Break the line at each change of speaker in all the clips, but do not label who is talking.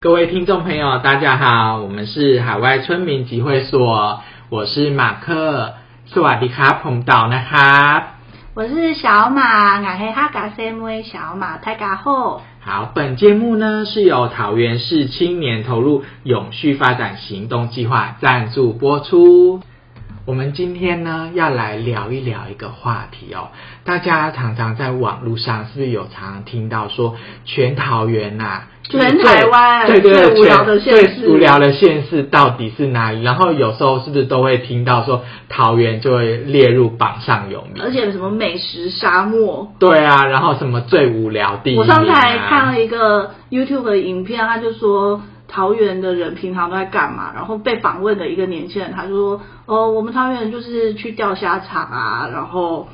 各位听众朋友，大家好，我们是海外村民集会所，我是马克，สวัสดีครับผมเต่านะครับ
我是小马，我是哈嘎 CMV 小马泰嘎后。
好，本节目呢是由桃园市青年投入永续发展行动计划赞助播出。我们今天呢要来聊一聊一个话题哦，大家常常在网络上是不是有常常听到说全桃园呐、就是
全
最
台湾
对对对
最无聊的
全
县市
最无聊的县市到底是哪里？然后有时候是不是都会听到说桃园就会列入榜上有名？
而且有什么美食沙漠？
对啊，然后什么最无聊第一、啊？
我上次还看了一个 YouTube 的影片，他就说桃园的人平常都在干嘛？然后被访问的一个年轻人，他就说：“哦，我们桃园人就是去钓虾场啊，然后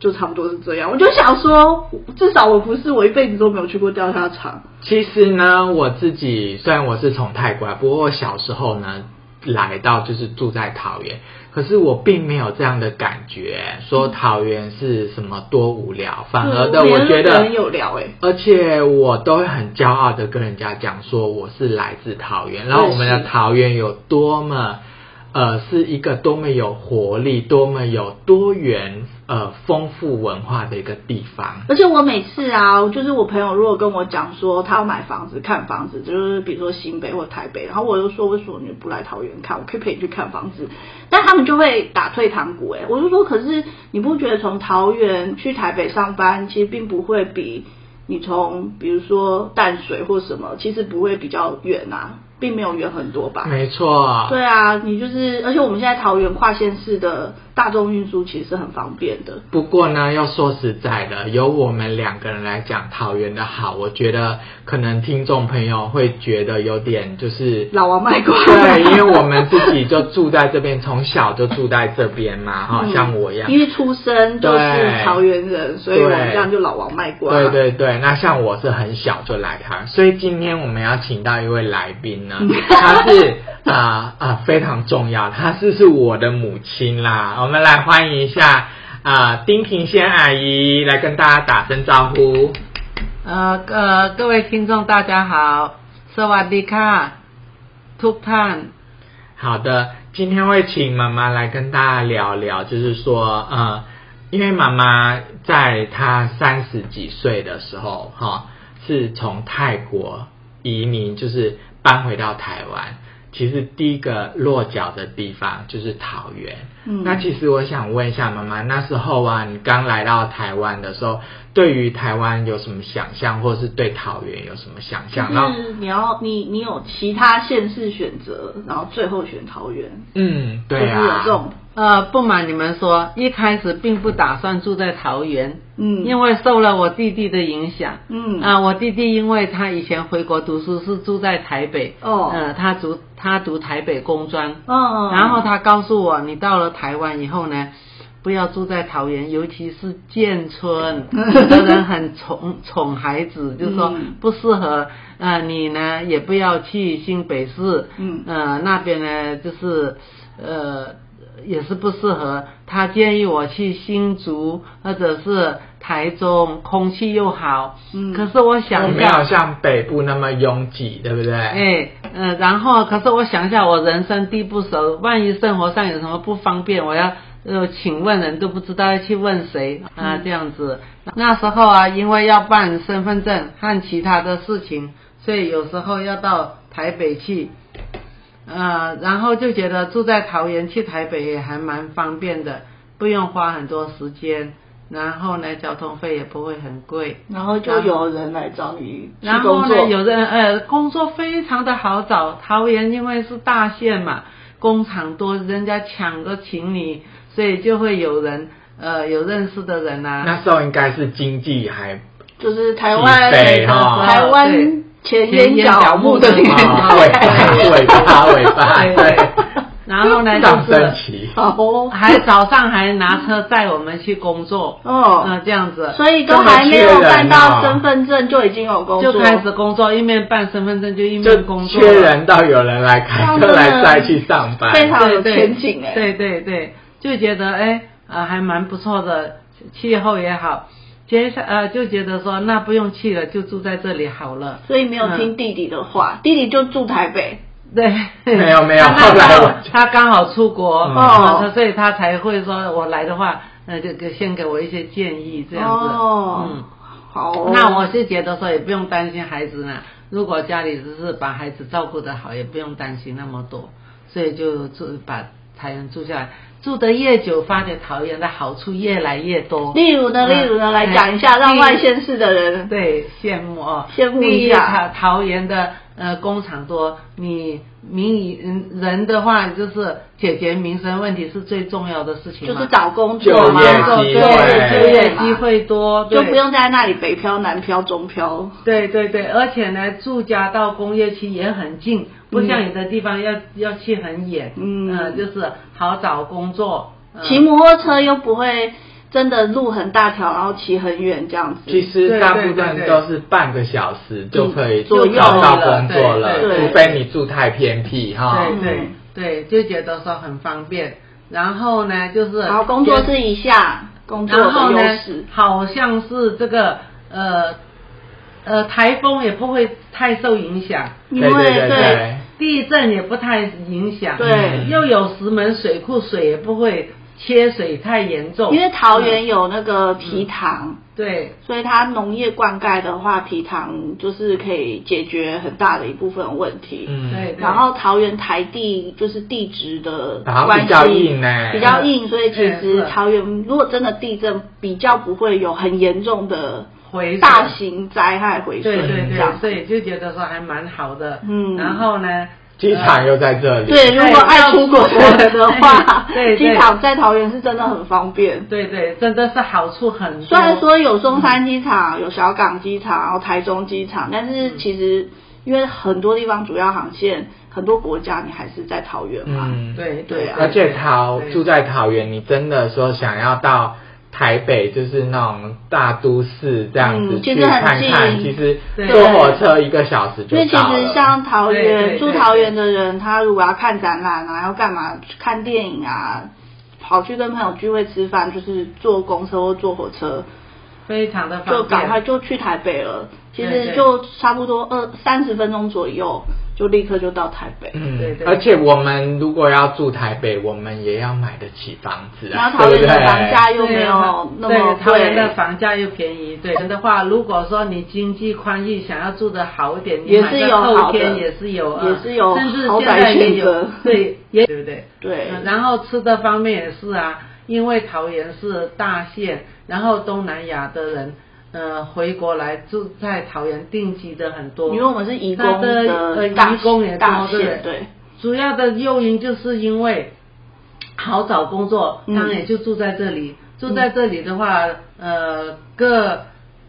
就差不多是这样。”我就想说，至少我不是我一辈子都没有去过钓虾场。
其实呢，我自己虽然我是从泰国来，啊不过我小时候呢来到就是住在桃园，可是我并没有这样的感觉，说桃园是什么多无聊，反而的
嗯
我觉得
很有聊哎、
而且我都会很骄傲的跟人家讲说我是来自桃园，然后我们的桃园有多么，呃，是一个多么有活力、多么有多元、呃丰富文化的一个地方。
而且我每次啊，就是我朋友如果跟我讲说他要买房子、看房子，就是比如说新北或台北，然后我就说为什么你不来桃园看？我可以陪你去看房子，但他们就会打退堂鼓、欸。哎，我就说，可是你不觉得从桃园去台北上班，其实并不会比你从比如说淡水或什么，其实不会比较远啊，并没有远很多吧？
没错，
对啊，你就是，而且我们现在桃园跨县市的大众运输其实是很方便的。
不过呢，要说实在的，由我们两个人来讲桃园的好，我觉得可能听众朋友会觉得有点 就是
老王卖瓜，
对，因为我们自己就住在这边，从小就住在这边嘛，哈、
嗯
啊像我一样。
因为出生都
对
是桃园人，所以我们
对
这样就老王卖瓜。
对对对，那像我是很小就来台湾，所以今天我们要请到一位来宾 呢，他是啊啊、非常重要，他是是我的母亲啦，我们来欢迎一下啊、丁庭仙阿姨来跟大家打声招呼。
呃呃，各位听众大家好，สวัสดีค่ะทุกท่าน
好的，今天会请妈妈来跟大家聊聊，就是说，呃，因为妈妈在她三十几岁的时候，哈、是从泰国移民，就是搬回到台湾。其实第一个落脚的地方就是桃园。
嗯
那其实我想问一下妈妈，那时候啊，你刚来到台湾的时候，对于台湾有什么想象，或是对桃园有什么想象？然后
就是你要你你有其他县市选择，然后最后选桃园，
嗯，对
就是有
啊
这，种
呃，不瞒你们说，一开始并不打算住在桃园，
嗯，
因为受了我弟弟的影响。
嗯
啊、我弟弟因为他以前回国读书是住在台北，
哦
呃，他读他读台北工专，
嗯，
然后他告诉我，你到了台湾以后呢，不要住在桃园，尤其是建村， 很多人很宠宠孩子，就说
嗯
不适合。呃，你呢也不要去新北市，
嗯
呃，那边呢就是呃也是不适合。他建议我去新竹或者是台中，空气又好。
嗯
可是我想
我
一
没
下
有像北部那么拥挤，对不对？
哎，呃，然后可是我想一下，我人生地不熟，万一生活上有什么不方便，我要呃请问人都不知道要去问谁啊、这样子。那时候啊，因为要办身份证和其他的事情，所以有时候要到台北去。呃，然后就觉得住在桃园去台北也还蛮方便的，不用花很多时间，然后呢，交通费也不会很贵。
然后就有人来找你去
然后
工作
呢，有人呃，工作非常的好找，桃园因为是大县嘛，工厂多，人家抢着请你，所以就会有人呃有认识的人啊呐、
那时候应该是经济还
就是台
西
湾
北哈
台湾
对
前烟角木的
前
年
烟角木
啊
的
尾
年
巴
代
尾巴尾巴，
对
对，
然后呢，
上
就
升
是
期。
好 哦
还早上还拿车载我们去工作，
哦，
呃，这样子，
所以都还没有办
这么缺
到
人哦
身份证就已经有工作，
就开始工作，一面办身份证就一
就
面工作，
缺人到有人来开车来载去上班，
非常有
对
前景哎，
对对对，就觉得哎，呃，还蛮不错的，气候也好。接下呃就觉得说那不用去了，就住在这里好了。
所以没
嗯
有听弟弟的话，弟弟就住台北。
对，
没有没有
他那
后来
时候
我
他刚好出国，
嗯
哦、所以他才会说我来的话，那就给先给我一些建议这样子。
哦，
嗯，
好哦，
那我是觉得说也不用担心孩子呢，如果家里只是把孩子照顾得好，也不用担心那么多，所以就住把台人住下来，住得越久，发觉桃园的好处越来越多。
例如呢，例如呢，
嗯
来讲一下，
嗯
让外县市的人
对，羡慕哦，
羡慕
第
一
一
下
桃桃园的呃工厂多，你民以嗯人的话就是解决民生问题是最重要的事情
就
嘛，
是找工
就
作嘛，
业
找
机
对
会
对，
就
就
业
业
嘛
机会多，
就
对
不用在那里北漂、南漂、中漂。
对对对，而且呢，住家到工业区也很近，不像有的地方要、要去很远，
嗯
呃就是好找工作，呃
骑摩托车又不会真的路很大条，然后骑很远这样子。
其实
对
大
对
部分
对
都是半个小时就可以
嗯左右
找到
了
工
对
作了，
对
除
对
非你住太偏僻哈。
对
嗯
对对，就觉得说很方便。然后呢，就是
然后工作是一下工作
然
的
后
优
呢
势，，
好像是这个呃呃台风也不会太受影响，
因
对
为
对对对
地震也不太影响，
对
又有石门水库水也不会缺水太严重，嗯
因为桃园有那个皮塘，
对
所以它农业灌溉的话，皮塘就是可以解决很大的一部分问题。
嗯，
对，
然后桃园台地就是地质的
然后
关系
比较硬欸
比较硬，所以其实
嗯是
桃园如果真的地震，比较不会有很严重的
回水
大型灾害回
对
水
对
这
对，
样。
所以就觉得说还蛮好的，
嗯
然后呢，
机场
有，
又在这里。
对，如果爱出国的人的话
对对
机场在桃园是真的很方便。
对对，真的是好处很多，
虽然说有松山机场、有小港机场，然后台中机场，但是其实因为很多地方主要航线，很多国家你还是在桃园嘛。
嗯，
对
对啊
而且桃
对
住在桃园，你真的说想要到台北，就是那种大都市这样子
嗯
去
其实很
看看，
近
其实
对
坐火车一个小时就
因为其
到了。
实像桃园
对对对
住桃园的人，他如果要看展览啊，要干嘛看电影啊，跑去跟朋友聚会吃饭，就是坐公车或坐火车，
非常的方便，
就赶快就去台北了。其
对
实
对
就差不多二三十分钟左右，就立刻就到台北。
嗯
对对
而且我们如果要住台北，我们也要买得起房子
然
啊，
后桃园的
对不对
房价又没有那么
对，桃园的
贵，
房价又便宜。对的话，如果说你经济宽裕，想要住的好一点，你
也
买
是
个
有好的
后天也是有，呃
也是有
甚至
豪
现
宅
在也
选择
有，对，也对不对？
对
嗯然后吃的方面也是啊，因为桃园是大县，然后东南亚的人。呃，回国来住在桃园定居的很多，
因为我们是移工
它的呃
的大
移工也
大
多，对不
县，对，
主要的诱因就是因为好找工作，
嗯
当然也就住在这里。住在这里的话，呃，各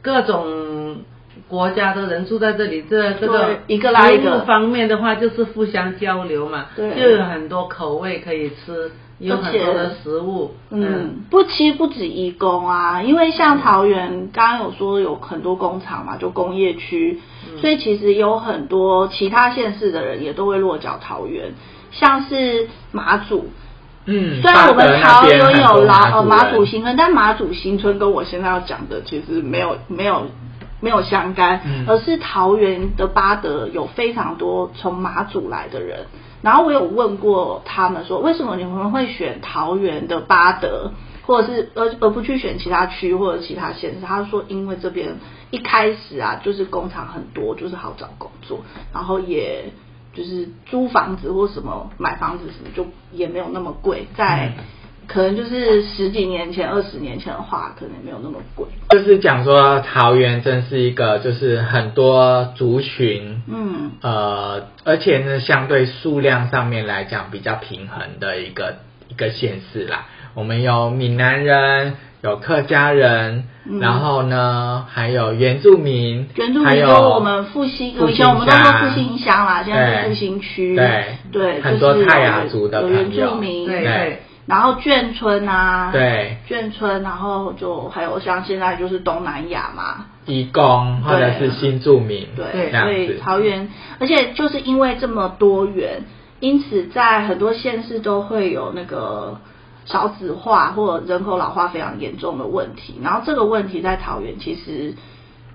各种国家的人住在这里，这这个
对一个拉一个
食物方面的话，就是互相交流嘛，
对
就有很多口味可以吃，有很多的食物，
嗯，不，其实不止移工啊，因为像桃园刚刚有说有很多工厂嘛，就工业区，
嗯
所以其实有很多其他县市的人也都会落脚桃园，像是马祖，
嗯，
虽然我们桃园
巴德那边很
有
多
老呃
马
马祖新村，但马祖新村跟我现在要讲的其实没有没有没有相干，
嗯
而是桃园的巴德有非常多从马祖来的人。然后我有问过他们说，为什么你们会选桃园的巴德，或者是而而不去选其他区或者其他县市？他说，因为这边一开始啊，就是工厂很多，就是好找工作，然后也就是租房子或什么买房子什么就也没有那么贵，在
嗯
可能就是十几年前、二十年前的话，可能也没有那么贵。
就是讲说桃园真是一个就是很多族群，
嗯，
呃，而且呢，相对数量上面来讲比较平衡的一个一个县市啦。我们有闽南人，有客家人，
嗯
然后呢，还有原住民，
原住
还
民
有
跟我们复兴，以前我们都说复兴乡啦，现在是
对
复兴区。
对
对，
很
就是
多泰
有
雅族的
有
朋
原
友
住民，
对对
然后眷村啊，，
对
眷村，然后就还有像现在就是东南亚嘛，
移工或者是新住民，
对，
这样
所以
子。
桃园，而且就是因为这么多元，因此在很多县市都会有那个少子化或人口老化非常严重的问题。然后这个问题在桃园其实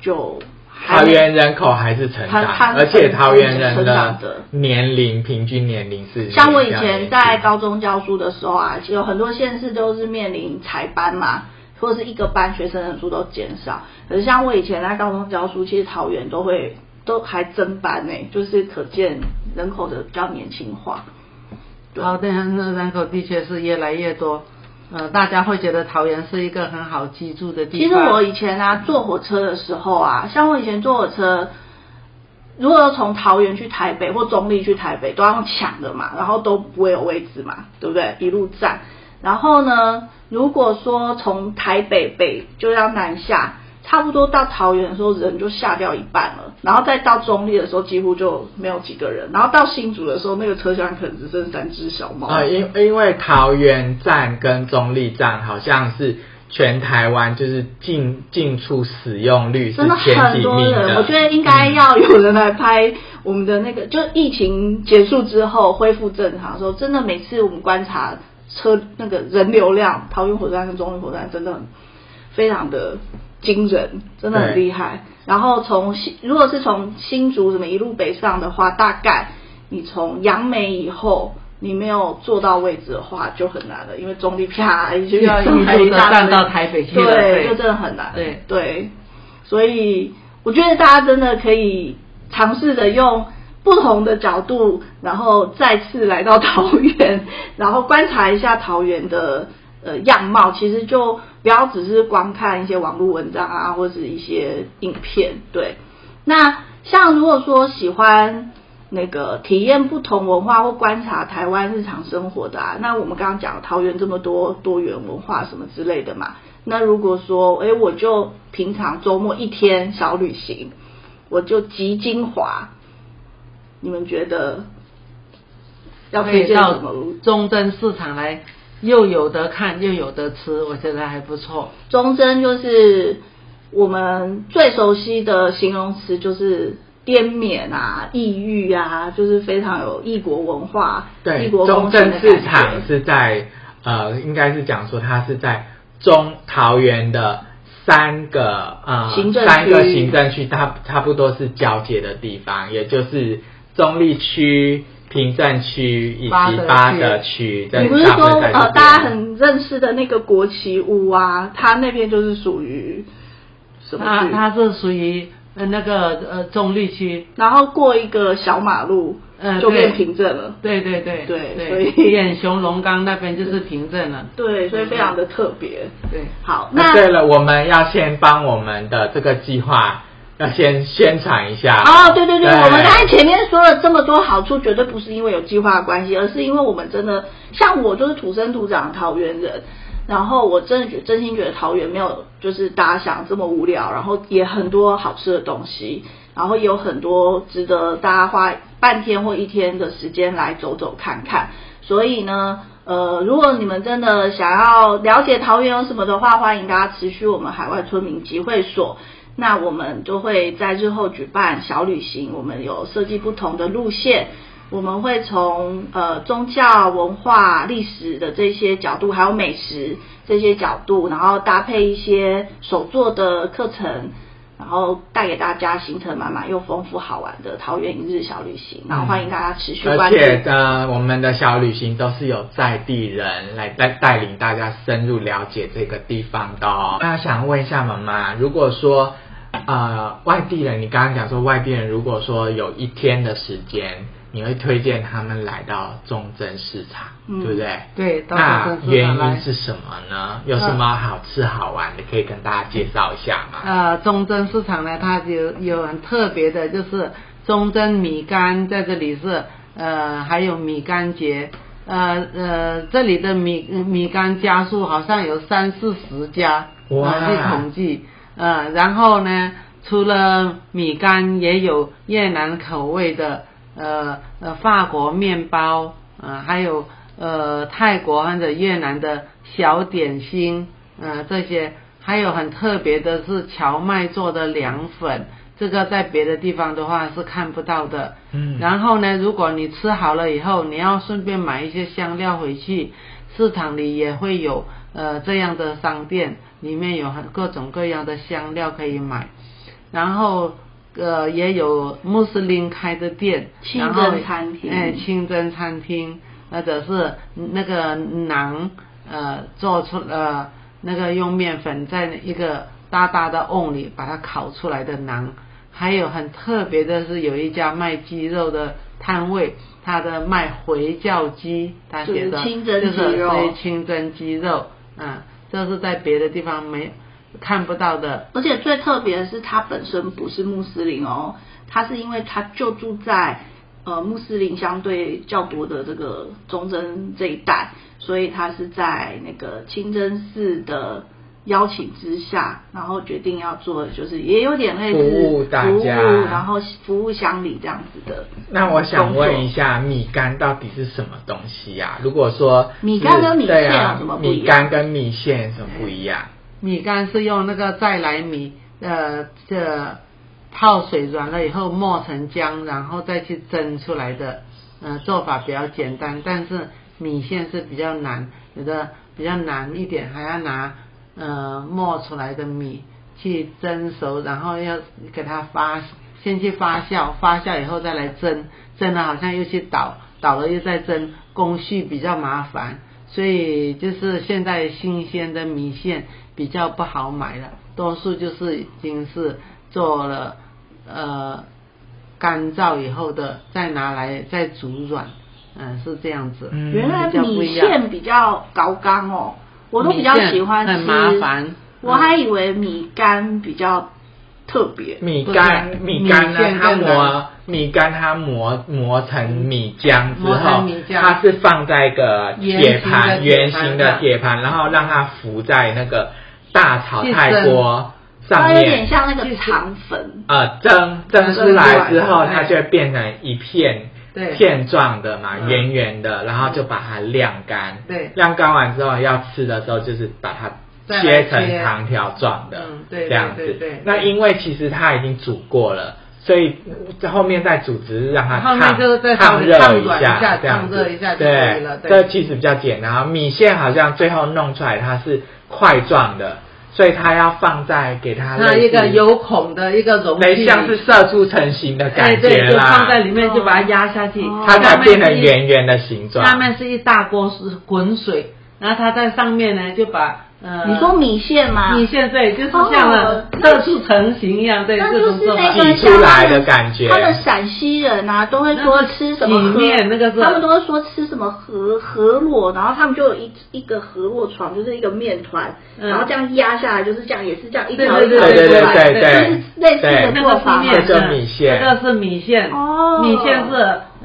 就还
桃园人口还是成
它它
长，而且桃园人
成长的
年龄平均年龄是
像我以前在高中教书的时候啊，有很多县市都是面临裁班嘛，或者是一个班学生人数都减少。可是像我以前在高中教书，其实桃园都会都还增班呢、欸就是可见人口的比较年轻化。对
哦，对，那人口的确是越来越多，呃，大家会觉得桃园是一个很好居住的
其
地
实
方。
我以前啊坐火车的时候啊，像我以前坐火车，如果要从桃园去台北或中立去台北，都要用抢的嘛，然后都不会有位置嘛，对不对？一路站。然后呢，如果说从台北北就要南下，差不多到桃园的时候人就下掉一半了，然后再到中立的时候几乎就没有几个人，然后到新竹的时候，那个车厢可能只剩三只小猫。
啊、呃因因为桃园站跟中立站好像是全台湾就是进进出使用率是
真的
前
很
几
多
名
人，我觉得应该要有人来拍我们的那个，就疫情结束之后恢复正常的时候，真的每次我们观察车那个人流量，桃园火车站跟中立火车站真的很非常的惊人，真的很
对
厉害。然后从新如果是从新竹什么一路北上的话，大概你从杨梅以后。你没有坐到位置的话就很难了，因为中立啪一就
要一路地站到台北去了
对，
对
就真的很难。
对
对，所以我觉得大家真的可以尝试着用不同的角度，然后再次来到桃园， 然后观察一下桃园的呃样貌。其实就不要只是光看一些网络文章啊，或是一些影片。对，那像如果说喜欢。那个体验不同文化或观察台湾日常生活的啊，那我们刚刚讲桃园这么多多元文化什么之类的嘛，那如果说，哎，我就平常周末一天小旅行，我就集精华，你们觉得要
可
推
以
荐
到
什么路？
中正市场来，又有得看又有得吃，我觉得还不错。
忠贞就是我们最熟悉的形容词，就是滇缅啊、异域啊，就是非常有异国文化、
对
异国
中
风情
正
的
市
感
场
觉。
是在呃，应该是讲说它是在中桃园的。三个呃，
行政区
三个行政区，它差不多是交界的地方，也就是中立区、平镇区以及
八德区
八德区。
你不是
大部
说
分在这
呃，
边
大家很认识的那个国旗屋啊，它那边就是属于什么
它
区？
它是属于呃那个呃中立区，
然后过一个小马路，
嗯
就变
对
平整了。
对对对
对所以
对，远雄龙岗那边就是平镇了。
对，所以非常的特别。
对，
好，
那
那
啊对了，我们要先帮我们的这个计划要先宣传一下。
哦，对对对，我们刚才前面说了这么多好处，绝对不是因为有计划的关系，而是因为我们真的像我就是土生土长的桃园人，然后我真的觉真心觉得桃园没有就是大家想这么无聊，然后也很多好吃的东西，然后也有很多值得大家花半天或一天的时间来走走看看。所以呢，呃，如果你们真的想要了解桃园有什么的话，欢迎大家持续我们海外村民集会所。那我们就会在日后举办小旅行，我们有设计不同的路线，我们会从呃宗教、文化、历史的这些角度，还有美食这些角度，然后搭配一些手作的课程，然后带给大家行程满满又丰富好玩的桃园一日小旅行。然后欢迎大家持续
而
关注。
且呃，我们的小旅行都是有在地人来带带领大家深入了解这个地方的、哦。那想问一下妈妈，如果说呃外地人，你刚刚讲说外地人，如果说有一天的时间，你会推荐他们来到中正市场，
嗯
对不对？
对到中
那
正市场
原
来
因是什么呢？有什么好吃好玩的可以跟大家介绍一下吗？
呃，中贞市场呢，它有有很特别的，就是中贞米干在这里是呃，还有米干节，呃呃，这里的米米干家数好像有三四十家，
哇
呃去统计，呃，然后呢，除了米干，也有越南口味的，呃呃，法国面包，呃，还有呃泰国或者越南的小点心，呃，这些，还有很特别的是荞麦做的凉粉，这个在别的地方的话是看不到的。
嗯
然后呢，如果你吃好了以后，你要顺便买一些香料回去，市场里也会有呃这样的商店，里面有很各种各样的香料可以买，然后呃也有穆斯林开的店，
清
然后
真餐厅
哎，清真餐厅，呃或者是那个馕呃做出呃那个用面粉在一个大大的瓮里把它烤出来的馕。还有很特别的是，有一家卖鸡肉的摊位，他的卖回教鸡，他写的
就是清真鸡肉
就是对清真鸡肉，嗯，这是在别的地方没看不到的，
而且最特别的是，他本身不是穆斯林哦，他是因为他就住在呃穆斯林相对较多的这个忠贞这一带，所以他是在那个清真寺的邀请之下，然后决定要做的就是也有点类似
服务大家
服务然后服务乡里这样子的。
那我想问一下，米干到底是什么东西呀、如果说
米干跟米线
对啊
有什么不一样
米干跟米线有什么不一样？
米干是用那个再来米，呃，这泡水软了以后磨成浆，然后再去蒸出来的，呃，做法比较简单，但是米线是比较难，有的比较难一点，还要拿呃磨出来的米去蒸熟，然后要给它发，先去发酵，发酵以后再来蒸，蒸了好像又去倒，倒了又再蒸，工序比较麻烦。所以就是现在新鲜的米线比较不好买了，多数就是已经是做了呃干燥以后的，再拿来再煮软，嗯、是这样子。
嗯
原来
比较不
米
一样
线比较高纲哦，我都比较喜欢吃，
米线很麻烦嗯
我还以为米干比较特别，
米干
不是
米干
米
呢？
线
它
更
磨米干，它磨磨成米浆之
磨
后
成米，浆
它是放在一个铁盘圆
圆
形
形的铁盘
的铁盘，
上
然后让它浮在那个大炒菜
去蒸
锅上
它有点
面。
像那个肠
嗯
粉，
呃，蒸蒸出
蒸出
来
来
之后，它
对
就会变成一片
对
片状的嘛，
嗯
圆圆的，然后就把它晾干。
对
晾干完之后要吃的时候，就是把它
再来
切成
切
长条状的，
嗯对
这样
对对
子
对。
那因为其实它已经煮过了，所以在后面再煮只是让它
后面
烫
就是再
烫
烫
热
烫
一
软一
下
下，
这样
烫热
子
一下就可以
对
了，对
这其实比较简单。然后米线好像最后弄出来它是块状的，所以它要放在给它
那
类
一
似
个有孔的一个容
对，
器，
像是射出成型的
哎
感觉
对，就
啦，
放在里面就把它压下去，
哦
它才变
下
成
面是一
圆圆的形状。
下面是一大锅是滚水，然后它在上面呢就把呃，
你说米线吗？
米线对，就是像
啊哦
特殊成型一样，对，
那
这
就
种
是
做
那
法。
个
挤出来的感觉
他们陕西人啊，都会说吃什么
那是
河
洗面那个是
他们都会说吃什么河河洛，然后他们就有一一个河洛床，就是一个面团，
嗯
然后这样压下来，就是这样，也是这样一条
对
一
对
条
对对
出
对
来，
对
对
就是 类似
对
的
那
做
个
法
是
嘛。
这个米线
这个是米线。
哦
米线是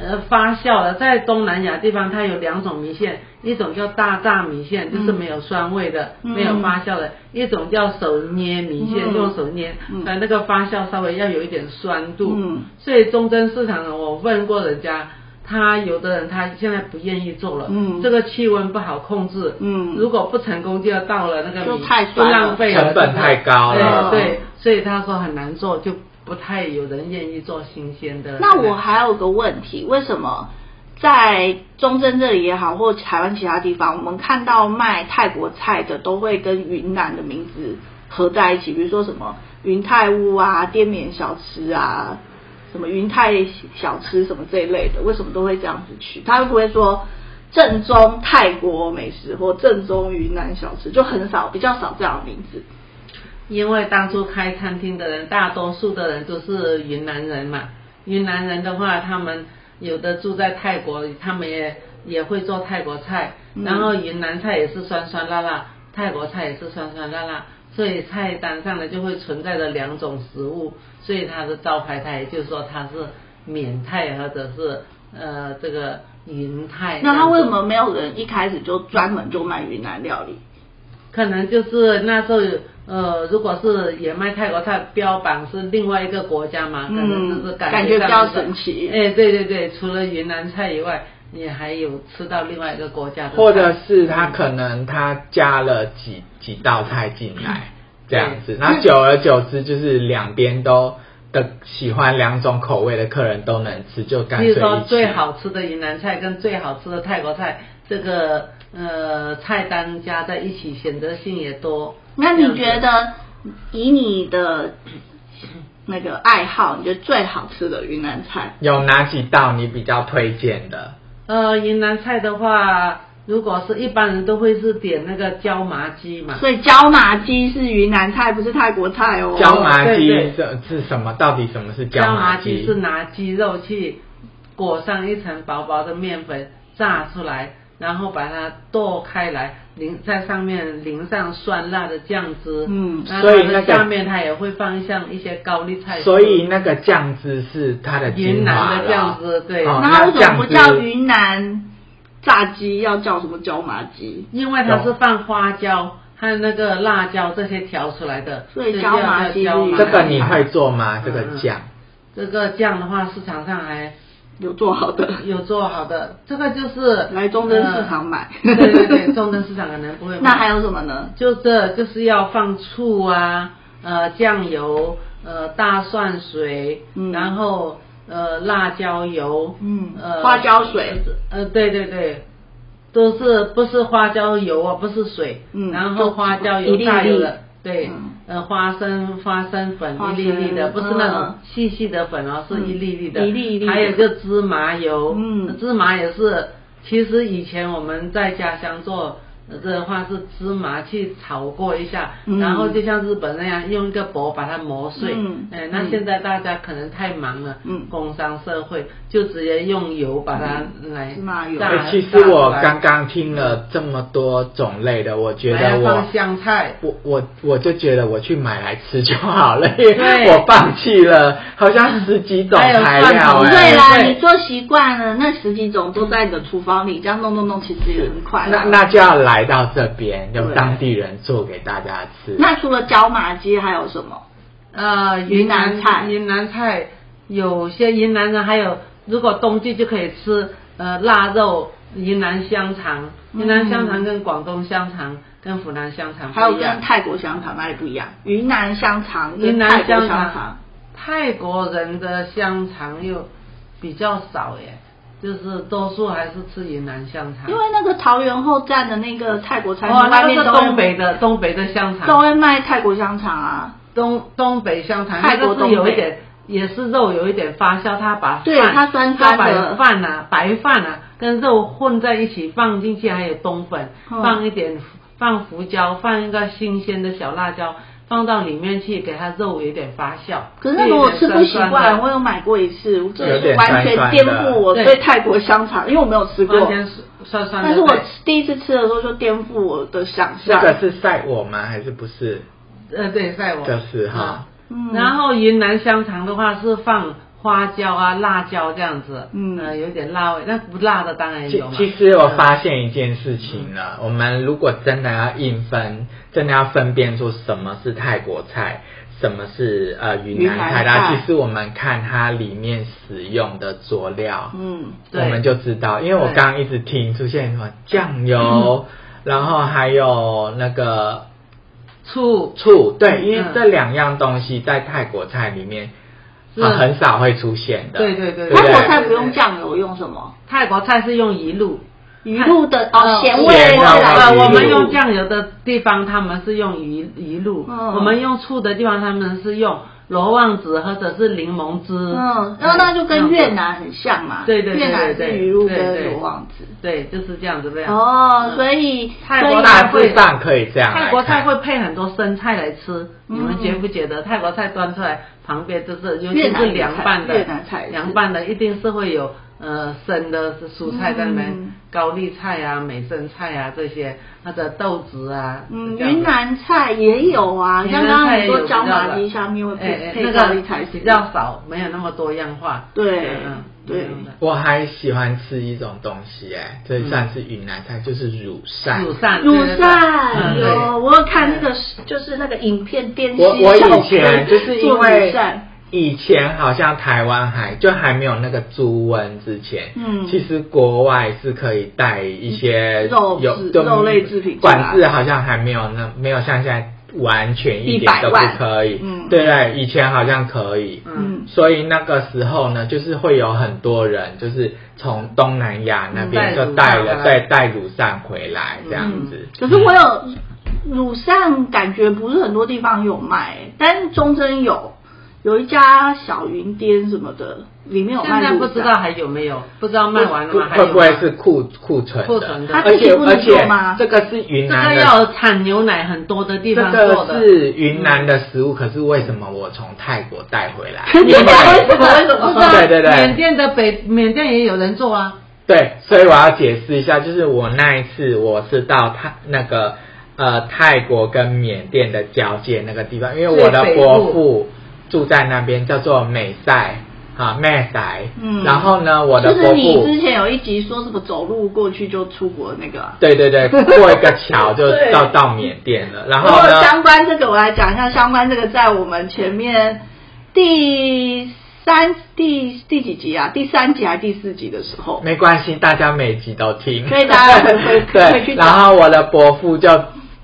呃发酵的，在东南亚地方它有两种米线，一种叫大炸米线，就是没有酸味的，
嗯
没有发酵的；一种叫手捏米线，
嗯
用手捏
嗯，
呃，那个发酵稍微要有一点酸度。
嗯
所以中贞市场呢，我问过人家。他有的人他现在不愿意做了，
嗯
这个气温不好控制，
嗯
如果不成功就要到了那个米
就太酸了
浪费了，
成本太高
了
对对，所以他说很难做，就不太有人愿意做新鲜的。
那我还有个问题，为什么在中正这里也好，或台湾其他地方，我们看到卖泰国菜的都会跟云南的名字合在一起，比如说什么云泰屋啊、滇缅小吃啊、什么云泰小吃什么这一类的，为什么都会这样子取？他们不会说。正宗泰国美食或正宗云南小吃就很少，比较少这样的名字。
因为当初开餐厅的人，大多数的人都是云南人嘛。云南人的话，他们有的住在泰国，他们也也会做泰国菜，
嗯
然后云南菜也是酸酸辣辣，泰国菜也是酸酸辣辣，所以菜单上呢就会存在着两种食物，所以它的招牌它也就是说它是缅泰或者是呃这个云泰。
那他为什么没有人一开始就专门就卖云南料理？
可能就是那时候呃，如果是也卖泰国菜，标榜是另外一个国家嘛，可能就是
感
感
觉
觉
比
上
较神奇
哎，对对对，除了云南菜以外，你还有吃到另外一个国家的菜，
或者是它可能它加了几几道菜进
嗯
来，这样子，那久而久之就是两边都的喜欢两种口味的客人都能吃，就干
比
脆
如说
一起
最。好吃的云南菜跟最好吃的泰国菜，这个呃菜单加在一起，选择性也多。
那你
这样
觉
子
得以你的那个爱好，你觉得最好吃的云南菜？
有哪几道你比较推荐的？
呃，云南菜的话，如果是一般人都会是点那个椒麻鸡嘛。
所以椒麻鸡是云南菜，不是泰国菜哦。
椒麻
对
鸡
对
是是什么？到底什么是
椒
麻
鸡啊是拿鸡肉去裹上一层薄薄的面粉炸出来，然后把它剁开来，淋在上面淋上酸辣的酱汁。
嗯
那
所以
它
那
的
个
下面它也会放上一些高丽菜。
所以那个酱汁是它的精
云
华
南
了
的酱汁对
哦
那它为什么
酱
不
汁
叫云南炸鸡，要叫什么椒麻鸡？
因为它是放花椒和那个辣椒这些调出来的，
所以
这
椒麻
叫
鸡
椒麻
这
是
个你会做吗？
嗯
这个酱
这个酱的话，市场上还
有做好的，
有做好的，这个就是
来中正市场买
呃对对对，中正市场可 能不会卖。
那还有什么呢？
就这就是要放醋啊，呃，酱油，呃，大蒜水，
嗯
然后呃，辣椒油，
嗯
呃，
花椒水，
呃，对对对，都是不是花椒油啊，不是水，
嗯
然后花椒
一
油
粒
大油
粒
的。对
嗯，
呃，花生花生粉
花
一粒粒
生
的，不是那
嗯
种细细的粉哦，是
嗯
一粒粒的。
一粒一粒的
还有一个芝麻油，呃
嗯
芝麻也是，其实以前我们在家乡做的话是芝麻去炒过一下，
嗯
然后就像日本那样用一个钵把它磨碎。
嗯
哎，那
嗯
现在大家可能太忙了，
嗯
工商社会就直接用油把它来
芝麻油
炸
哎
欸其
炸
实
出
我
来
刚刚听了这么多种类的，我觉
还
得
要
我
放香菜。
我我我就觉得我去买来吃就好 了，因为
对
我放弃了，好像十几种
还有
材
蒜
料
头
不
哎、
对啦，
对
你做习惯了，那十几种都在你的厨房里，这样弄弄弄，其实也很快啦
那那就要来到这边，由
对
当地人做给大家吃。
那除了椒麻鸡还有什么？
呃，
云南菜
云南菜有些云南人还有，如果冬季就可以吃呃腊肉、云南香肠、
嗯
云南香肠跟广东香肠跟湖南香肠
还有
不一
跟
样。
泰国香肠哪里不一样？云南香肠
云
跟
南
泰国
香肠
肠，
泰国人的香肠又比较少耶，就是多数还是吃云南香肠。
因为那个桃园后站的那个泰国餐
哦，
厅外
那个
面
是
都会
东北的东北的香肠，
都会卖泰国香肠啊。
东东北香肠，
泰
它
国
就
东北
是有一点，也是肉有一点发酵，它把饭
对它酸酸的
它把饭啊、白饭啊跟肉混在一起放进去，还有冬粉，
嗯
放一点放胡椒，放一个新鲜的小辣椒，放到里面去，给它肉有一点发酵。
可是那个我吃不习
有点酸酸
惯，
的
我有买过一次，我真
有
的是
点
完全
酸酸的
颠覆我对
对
泰国香肠，因为我没有吃过
完。全酸酸的。
但是我
对
第一次吃的时候就颠覆我的想
这
象。
个是晒我吗？还是不是？
呃对，在我啊
就是哈
嗯
然后云南香肠的话是放花椒啊、辣椒这样子，
嗯
呃，有点辣味，那不辣的当然
其
有嘛。
其实我发现一件事情了，我们如果真的要硬分，真的要分辨出什么是泰国菜，什么是呃云南菜
云南菜
那其实我们看它里面使用的佐料，
嗯，
对
我们就知道。因为我
对
刚刚一直听出现什么酱油，
嗯
然后还有那个
醋
醋，对，因为
嗯
这两样东西在泰国菜里面。
是
呃很少会出现的。
嗯对对对
不
泰
对
国菜不用酱油，用什么？
泰国菜是用鱼露，
鱼露的哦，
呃
咸味
咸
会
肉
来
啊
呃，
自
我
鱼
们
露
用酱油的地方他们是用鱼鱼露，
嗯
我们用醋的地方他们是用罗望子或者是柠檬汁。
嗯，然后那就跟越南很像嘛，
对对对
越南是
对对
鱼露
对
跟
对
罗望子。
嗯对，就是这样子的呀。
哦，
嗯
所以
泰
所以
国
大
菜
致上可以这样来看。
泰国菜会配很多生菜来吃，
嗯
你们觉不觉得？泰国菜端出来旁边就是，尤
越
其
南菜
是凉拌的
越南菜，是
凉拌的一定是会有呃生的蔬菜在那边，
嗯
高丽菜啊、美生菜啊这些，或者豆子啊。
嗯，
这样子
云南菜也有啊，
云
像
南
刚刚
菜
你
也
说
有
椒
比较
麻
的
鸡下面会
哎哎
配
那
配高
个
丽菜丝
比较少，没有那么多样化。
对
嗯
对
嗯嗯
我还喜欢吃一种东西、哎，这算是云南菜，就是乳扇。
乳扇，
乳
对对对
扇
嗯
对
有，我有看那个就是那个影片电视
我我
小
以前
分
就是因
做乳
为
扇
以前好像台湾还就还没有那个猪瘟之前，
嗯
其实国外是可以带一些
肉制
有就
肉类制品进来
管制好像还没有那没有像现在完全一点
100
都不
万
可以，
嗯
对不对？以前好像可以，
嗯
所以那个时候呢，就是会有很多人，就是从东南亚那边
嗯
就带了，
带
对，带乳扇回来这样子。
嗯
可是我有乳扇，感觉不是很多地方有卖、但是中贞有，有一家小云店什么的，里面有
现
卖
在
乳
不
扇。
知道还有没有，不知道卖完了
会
吗？还有
会
吗
不会是库库存
库
的
存？的啊
而且
它自己不能
而且
做吗
这个是云
这
南
个
的
要产牛奶很多的地
这
方做
个
的，
是云南的食物，可是为什么我从泰国带回 来？因
你讲为
为
什么？为什
不
么？
知 道
对对对
缅甸的北缅甸也有人做啊，
对，所以我要解释一下，就是我那一次我是到泰那个呃泰国跟缅甸的交界那个地方，因为我的
最北部
伯父住在那边，叫做美塞啊美塞，
嗯
然后呢，我的
就
伯
是你
父
之前有一集说什么走路过去就出国那个、啊。
对对对，过一个桥就
对
到到缅甸了，然
如
后
果
哦
呢，
相关这个，我来讲一下相关这个，在我们前面第三第第几集啊？第三集还是第四集的时候，
没关系，大家每集都听，
所以大家 回回去
对，
找
然后我的伯父就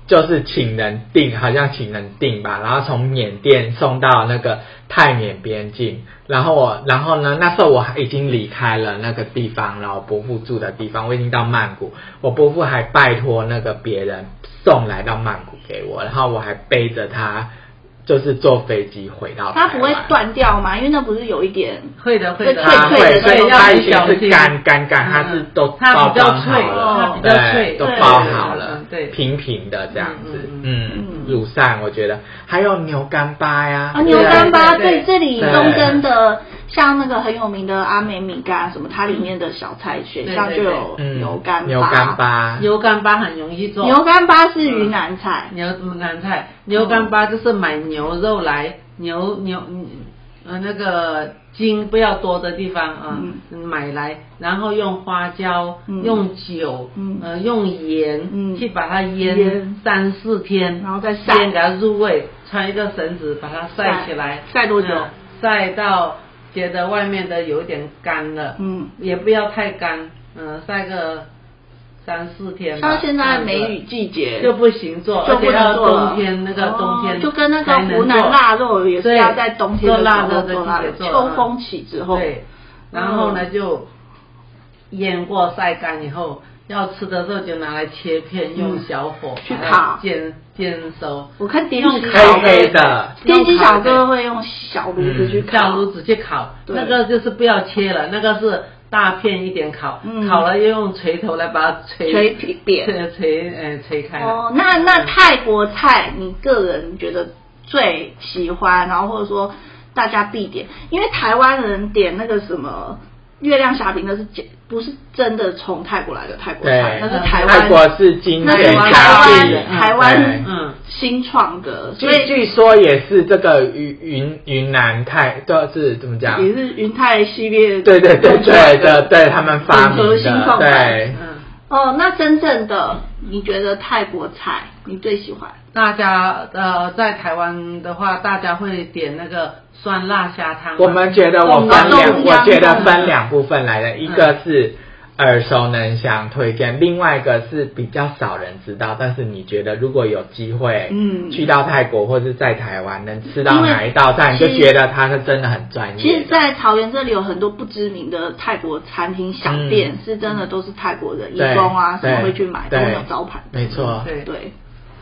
就是请人订，好像请人订吧，然后从缅甸送到那个泰缅边境，然后我，然后呢，那时候我还已经离开了那个地方了，我伯父住的地方，我已经到曼谷，我伯父还拜托那个别人送来到曼谷给我，然后我还背着他，就是坐飞机回到
它不
台
会
湾
断掉吗？因为那不是有一点
会的会的，
它
脆
会，
脆的
啊所以
要
它
很嗯
已经是干干干，它是都
它
包
比较
装
脆
好了，
它哦比
较脆
对，都
对
包好了
嗯，对
平平的这样子，
嗯
嗯，乳扇我觉得还有牛干巴呀，
啊，牛干巴，
对
对，这里
对
中间的像那个很有名的阿美米干啊什么，它里面的小菜选项
对
就
对对
有
嗯，
牛干巴。
牛干巴，
牛干巴很容易做，
牛干巴是云南菜，
牛南菜，牛干巴就是买牛肉来，牛牛嗯呃那个筋不要多的地方啊、买来，然后用花椒、
嗯
用酒、
嗯
呃用盐、
嗯
去把它腌
腌
三四天，
然后再晒
腌给它入味，穿一个绳子把它晒起来，
晒晒多久
嗯晒到觉得外面的有点干了，
嗯，
也不要太干，嗯、晒个三四天吧。
嗯像现在梅
这样子
雨季节
就不行做，
就不能做
而且要
了。
冬天那个冬天才能
哦
做、
就跟那个湖南腊肉也是
对
要在冬天
做
的时
腊肉
候
的
做腊肉
季，节做嗯
秋风起之后，
对，然后呢
嗯
就腌过晒干以后，要吃的时候就拿来切片，用小火
去
把它
烤
煎煎熟。
我看滇
用
西
黑
小
烤
黑
哥，
的
滇西小哥
用烤
会用小炉子去
嗯
烤，
小炉子去烤，
对
那个就是不要切了，那个是大片一点烤，
嗯
烤了又用锤头来把它锤
捶扁。
对锤呃锤开嗯了。
哦，那那泰国菜，你个人觉得最喜欢，然后或者说大家必点，因为台湾人点那个什么月亮虾饼，那是假不是真的从泰国来的泰国
对，
菜那
嗯
是台
泰国
湾
是经
那
典
是
佳
台湾
绩，
台湾
对
嗯，
新创的，所
据
以
据说也是这个云云云南泰，就是怎么讲？
也是云泰系列
对对对
弄出来
对
的
对对，他们发明
混合新
的，
创版
对，
嗯。
哦，那真正的你觉得泰国菜你最喜欢？
大家呃，在台湾的话，大家会点那个酸辣虾汤吗。
我们觉得我分两，
豆浆
我觉得分两部分来的，一个
嗯
是耳熟能详推荐，另外一个是比较少人知道，但是你觉得如果有机会，
嗯
去到泰国或是在台湾能吃到
因为
哪一道菜，你就
其
觉
实
得它是真的很专业的。
其实，在桃园这里有很多不知名的泰国餐厅小店，
嗯
是真的都是泰国人、义
对
工啊什么
对
会去买，都
对
没有招牌。
没错，
对
对，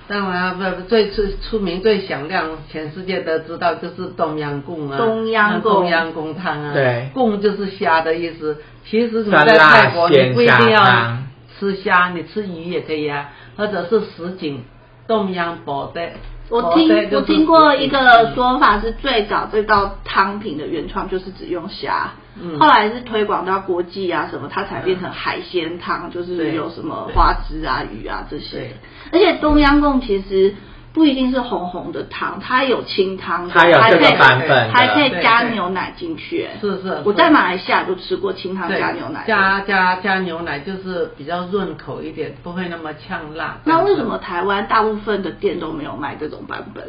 当然不不最出出名、最响亮，全世界都知道就是东阳贡啊，
东阳贡
贡、东阳贡汤啊，
对
贡就是虾的意思。其实你
酸
在
辣
泰国，你不一定
鲜虾
要
汤
吃虾，你吃鱼也可以啊，或者是什锦东阳煲的。
哦
我
煲的
听
就是
我听过
什锦
一个
嗯
说法是，最早这道汤品的原创就是只用虾，
嗯
后来是推广到国际啊什么，它才变成海鲜汤，就
对
是有什么
对
花枝啊、鱼啊这
对
些。而且东阳贡其实。不一定是红红的汤，它有清汤的，
它有
还
这
可
个
以
版本
还可
的。
以加牛奶进去、哎
是是
我在马来西亚就吃过清汤
对
加牛奶。
加加加牛奶就是比较润口一点，不会那么呛辣。
那为什么台湾大部分的店都没有卖这种版本？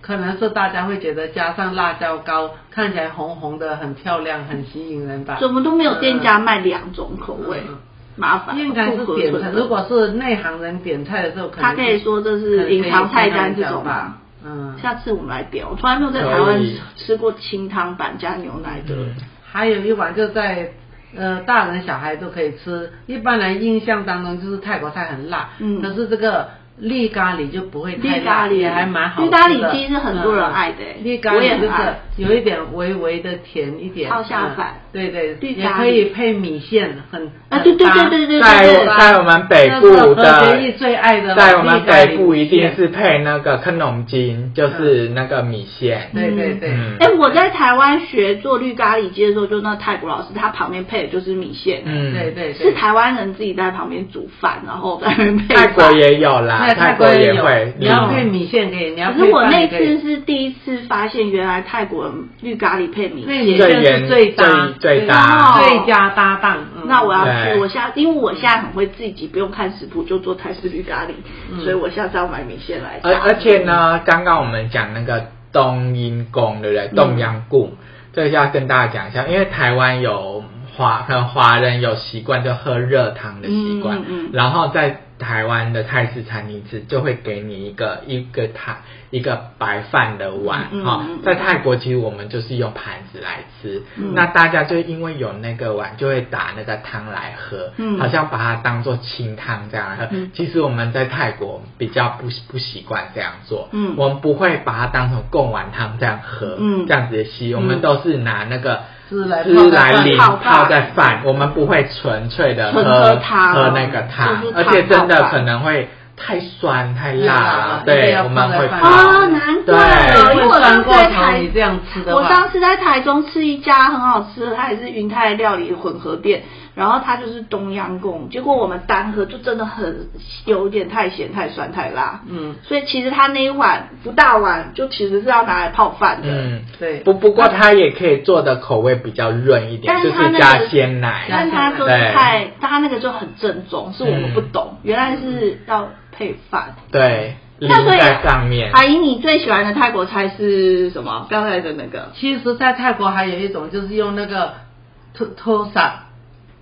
可能是大家会觉得加上辣椒膏，看起来红红的，很漂亮，很吸引人吧。
怎么都没有店家卖两种口味？
呃嗯
麻烦，
应该是
不合
点菜。
顺
如果是内行人点菜的时候，可能
他可以说这是隐藏菜单这种吧
吧。嗯，
下次我们来点，我从来没有在台湾
可以
吃过清汤版加牛奶的。
嗯
还有一碗就在呃大人小孩都可以吃。一般人印象当中就是泰国菜很辣，
嗯
可是这个绿咖喱就不会太
绿咖
辣，
喱
也还蛮好吃的。
绿咖喱鸡是很多人爱的
嗯绿咖
我也
喱就
很爱
是有一点微微的甜一点，
泡下饭
嗯对对，
绿
也
咖喱
可以配米线，很
啊，对对对
很搭
对对对
在
对，
在我们北部
那是
的
何洁意最爱的
在我们北部一
米
定
线
是配那个坑农筋，就是
嗯
那个米线。
对对对，
嗯
哎、我在台湾学做绿咖喱鸡的时候，就那泰国老师他旁边配的就是米线，
嗯，
对对对，
是台湾人自己在旁边煮饭，然后在那边配
泰
饭。
国也有啦，
那泰
国
也
也
有
会。
你要
嗯
配米线可以，你要
可
配
是我
饭
那
也可以
次是第一次发现，原来泰国人绿咖喱配米
那
线。
也就是最搭
最最
搭
最佳搭档。嗯
那我要
对
去，我下因为我现在很会自己，不用看食谱就做泰式绿咖喱，所以我下次要买米线来搭。
嗯而而且呢，刚刚我们讲那个冬阴功，对不
嗯
对？冬阳贡，这个要跟大家讲一下，因为台湾有华，可能华人有习惯就喝热汤的习惯，
嗯嗯嗯
然后在台湾的泰式餐厅吃，就会给你一个一个汤一个白饭的碗哈、
嗯嗯嗯
在泰国其实我们就是用盘子来吃，
嗯
那大家就因为有那个碗，就会打那个汤来喝，
嗯
好像把它当做清汤这样来喝。
嗯
其实我们在泰国比较不不习惯这样做，
嗯
我们不会把它当成贡丸汤这样喝，
嗯
这样子的吸，我们都是拿那个
汁来
汁来
泡在
淋
饭
泡在饭，我们不会纯粹的
嗯纯
喝
喝汤
喝那个汤
就是，
而且
汤
真的
泡饭
可能会太酸太辣了，
对
对，
啊一定要
我们会
泡在
泡
饭里
啊，难怪
对
哦，因为我上次
酸过
在
头，
台
你这样吃的
我
话，
上次在台中吃一家很好吃的，它也是云泰料理混合店，然后它就是东阳贡，结果我们单喝就真的很有点太咸、太酸、太辣，
嗯，
所以其实它那一碗不大碗，就其实是要拿来泡饭的。
嗯，
对
不不过它也可以做的口味比较润一点，
但
就是
它
是
那
加
个
鲜奶。
但它说
对
是太，它那个就很正宗，是我们不懂，原来是要配饭。
对，淋
那所以
在上面。
阿姨，你最喜欢的泰国菜是什么？刚才的那个
其实，在泰国还有一种就是用那个土土撒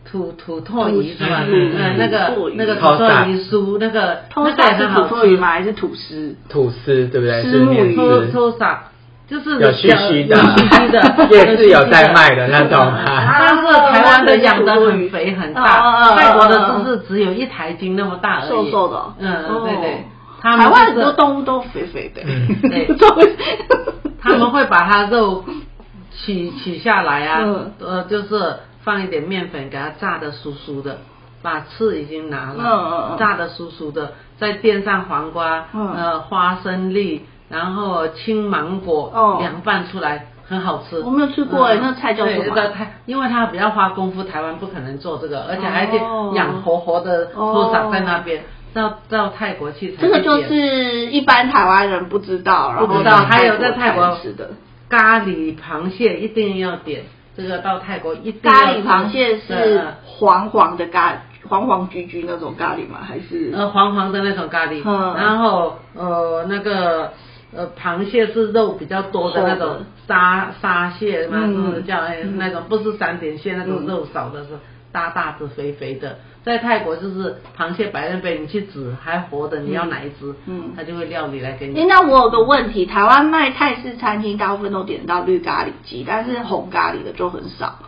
土土托鱼是吧？
嗯
嗯，那
土
个
托鱼
那个土托鱼酥，那个
通
那个也
常是
很
土
好
托鱼
吃。
吗？还是吐司？
吐司对不对？
石目鱼
托
面丝
托撒就是
有须须的，
有须须的
夜市有在卖的那种
嗯
啊
但是台湾的养的很肥很
哦哦哦
大，泰国的都是只有一台斤那么大而已。
瘦瘦的哦。
嗯，对对
哦。
他们
台湾很
就是
多动物都肥肥的。
嗯
对他们会把它肉取取下来啊，
嗯
呃，就是放一点面粉给它炸的酥酥的，把刺已经拿了，
嗯嗯嗯
炸的酥酥的，再垫上黄瓜，
嗯
呃，花生粒，然后青芒果，
哦
凉拌出来。很好吃，
我没有吃过哎
嗯
那菜叫什么
对那个台，因为它比较花功夫，台湾不可能做这个，而且还得
哦
养活活的
哦
多撒在那边，到到泰国去才
这个
去
就
点
是一般台湾人不知道，然后
不知道还有
在
在泰国
才吃的。
咖喱螃蟹一定要点，这个到泰国一定嗯要呃
咖喱
吃
螃蟹是黄黄的咖，黄黄橘橘那种咖喱吗？还是
嗯呃黄黄的那种咖喱，
嗯
然后呃那个呃螃蟹是肉比较多的那
厚的
种沙沙蟹嘛，
嗯
是叫哎
嗯
那种不是三点蟹那
嗯
种肉少的是。大大只肥肥的，在泰国就是螃蟹百人杯，你去指还活的，你要哪一只，
嗯
他就会料理来给你。
哎，那我有个问题，台湾卖泰式餐厅大部分都点到绿咖喱鸡，但是红咖喱的就很少，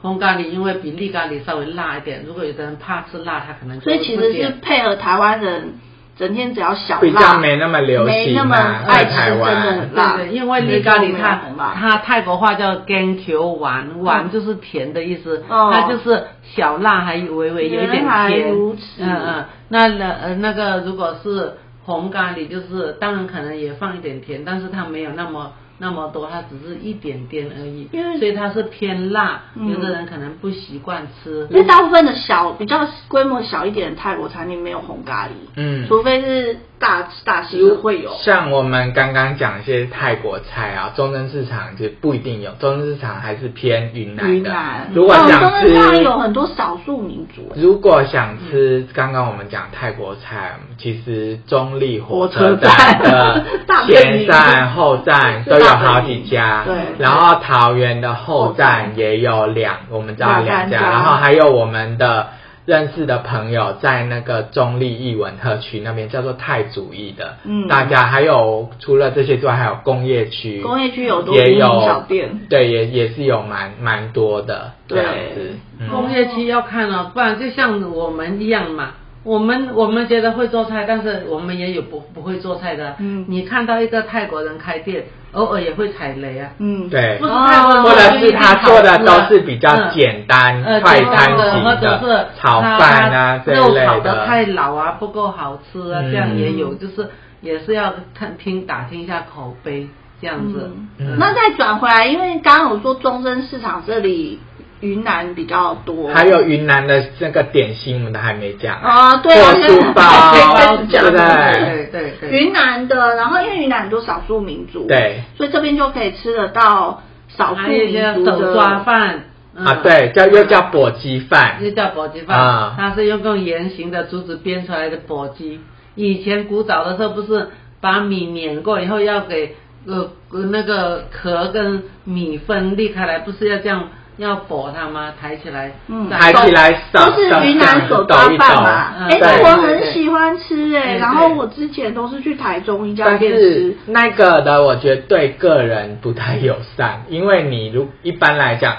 红咖喱因为比绿咖喱稍微辣一点，如果有的人怕吃辣，他可能就
所以其
不
实
点
是配合台湾人整天只要小辣，
比较没那么流行啊
没那么爱吃，真的很嗯辣。
对对，因为绿咖喱它
很辣，
它泰国话叫 g a n q 丸，丸就是甜的意思，
嗯哦
它就是小辣还微微有一点
原来
甜
如此。
嗯嗯，那呃那个如果是红咖喱，就是当然可能也放一点甜，但是它没有那么。那么多，它只是一点点而已
因为，
所以它是偏辣，
嗯
有的人可能不习惯吃。
因为大部分的小比较规模小一点的泰国餐厅没有红咖喱，
嗯
除非是大大型的会有。
像我们刚刚讲一些泰国菜啊，中正市场就不一定有，中正市场还是偏云南的。
云南，
如果
哦
想吃，
中山有很多少数民族，
如果想吃刚刚我们讲泰国菜，其实中立火车
火车站
的
大本营
前站、后站都有好几家
大，本营对
然后桃园的后
后站
站也有两，我们知道两
两三
家，
家
然后还有我们的。认识的朋友在那个中立艺文特区那边叫做太祖义的，
嗯
大家还有除了这些之外，还有工业区，
工业区有多
也
无名
有
小店，
对，也也是有蛮蛮多的这
对
样子，嗯，
工业区要看哦，不然就像我们一样嘛。我们我们觉得会做菜，但是我们也有不不会做菜的。
嗯
你看到一个泰国人开店，偶尔也会踩雷啊。
嗯，
对，
不是
哦
泰国人
或者是他做的都是比较
嗯
简单、
呃，
快
就是
餐
的
型
或者是
炒
它
饭啊这
它
一
肉
类
炒
的
的太老啊，不够好吃啊，
嗯
这样也有，就是也是要看拼打听一下口碑这样子。呃
嗯
那再转回来，因为刚刚有说中正市场这里云南比较多，
还有云南的那个点心，我们都还没讲
哦
啊对啊
做书包，
对
包
对
子
对不对？
对对对，
云南的，然后因为云南很多少数民族，
对，
所以这边就可以吃得到少数
还有一
民
些
族
手抓
的。
饭嗯
啊，对，叫又叫簸箕饭
又，叫簸箕饭，
啊
它是用用圆形的竹子编出来的簸箕。以前古早的时候不是把米碾过以后要给呃呃那个壳跟米分裂开来，不是要这样要剥它吗？抬起来，
嗯
再
抬起来
都
扫，
是云南手抓
抖一抖
饭嘛，
嗯
哎，
对
那我很喜欢吃哎、
对对
然后我之前都是去台中一家
但
店
是
吃，
那个的，我觉得对个人不太友善，因为你如一般来讲，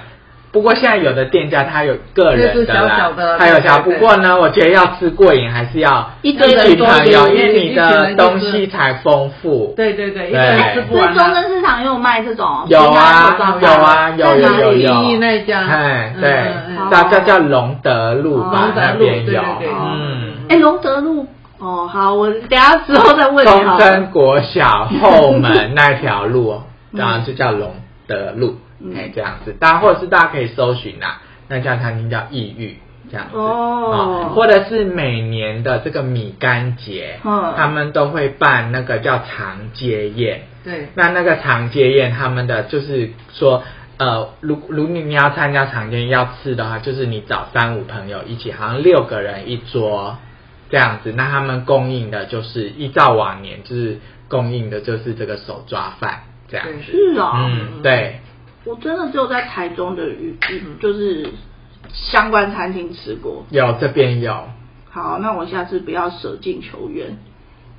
不过现在有的店家他有个人的
就是小
啦
小的，
他有小。不
对对
过呢，我觉得要吃过瘾还是要
一堆人
群
多
朋友，
点
因为你的
一群人就
东
是
西才丰富。
对对对，一个
对
人吃不
所以
完
中
啊。
正市场也有卖这种
有
云南手抓
啊，
饭
有啊，有有有
哦在哪里
有。
那一家
哎，
嗯
对
嗯
嗯，
大家叫隆德路吧
哦，
那边有
隆德路对对对。
嗯，
哎，隆德路哦，好，我等一下之后再问你好
中
了。
正国小后门那条路，哦然后就叫隆德路
嗯，
哎，这样子，大家或者是大家可以搜寻啊，那家餐厅叫异域。这样子
哦
啊或者是每年的这个米干节，
嗯
他们都会办那个叫长街宴，
对，
那那个长街宴，他们的就是说，呃，如如你你要参加长街宴要吃的话，就是你找三五朋友一起，好像六个人一桌这样子。那他们供应的就是依照往年，就是供应的就是这个手抓饭这样子。
是啊、
嗯，对，
我真的只有在台中的鱼，就是相关餐厅吃过。
有这边有，啊
好，那我下次不要舍近求远。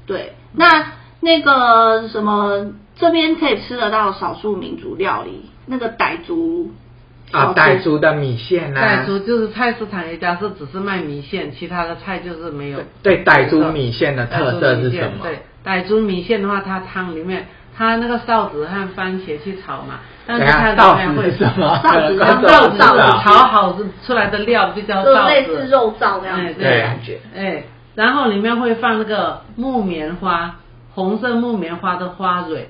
对，那那个什么，这边可以吃得到少数民族料理，那个傣族
啊，
少数
傣族的米线
傣
啊，
族就是菜市场一家是只是卖米线，其他的菜就是没有。
对，傣族米线的特色是什么？
对，傣族米线的话，它汤里面它那个臊子和番茄去炒嘛，但
等
是
一
它
下，
里
臊
面
子
会
是什 么？
臊 子
观众
臊
不
子
知
炒
道
好出来的料就叫
就是
臊
类似
子，
肉燥那样子的
对
感觉。
哎，然后里面会放那个木棉花，红色木棉花的花蕊，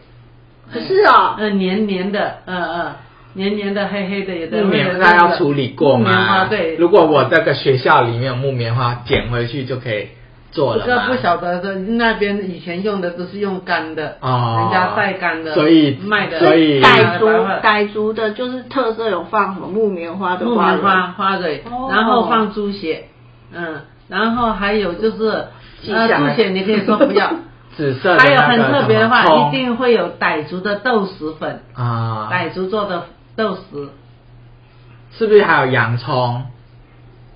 可是啊、
呃，黏黏的，呃呃。黏黏的、黑黑的，有的
木棉花要处理过
木棉花
吗？
对，
如果我这个学校里面有木棉花，捡回去就可以做了
这个
吗
不晓得的，那边以前用的都是用干的，
哦
人家晒干的，
所以
卖的，呃
所以
傣族
啊白花
傣族的就是特色有放什么木棉花的
木
花
棉
蕊
花花蕊
哦，
然后放猪血，嗯，然后还有就是
记
呃
下来
猪血你可以说不 要，
紫色的
还有
那
很
个
特别的
什么
话，
葱
一定会有傣族的豆豉粉，
啊，
傣族做的豆豉，
是不是还有洋葱？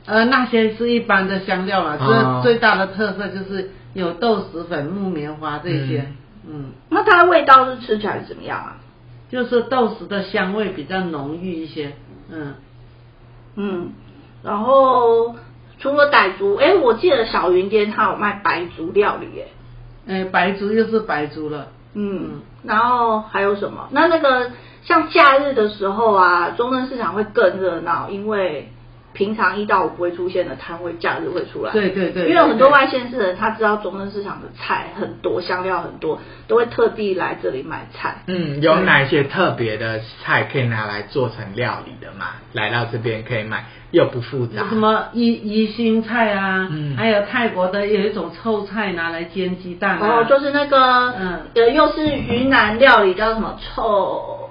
呃，那些是一般的香料了，
哦
这最大的特色就是有豆豉粉、木棉花这些，嗯。
那它的味道是吃起来怎么样啊？
就是豆豉的香味比较浓郁一些，嗯，
嗯，然后除了傣族，哎，我记得小云间它有卖白族料理，哎，
哎，白族又是白族了，
嗯，然后还有什么？那那个像假日的时候啊，中正市场会更热闹，因为平常一到五不会出现的摊位，假日会出来。
对对对
因
对
为有很多外县市人，他知道中正市场的菜很多，香料很多，都会特地来这里买菜。
嗯，有哪一些特别的菜可以拿来做成料理的吗？来到这边可以买，又不复杂
有。什么宜宜兴菜啊，
嗯
还有泰国的有一种臭菜拿来煎鸡蛋
然后
啊，
哦就是那个，
嗯
呃，又是云南料理，叫什么臭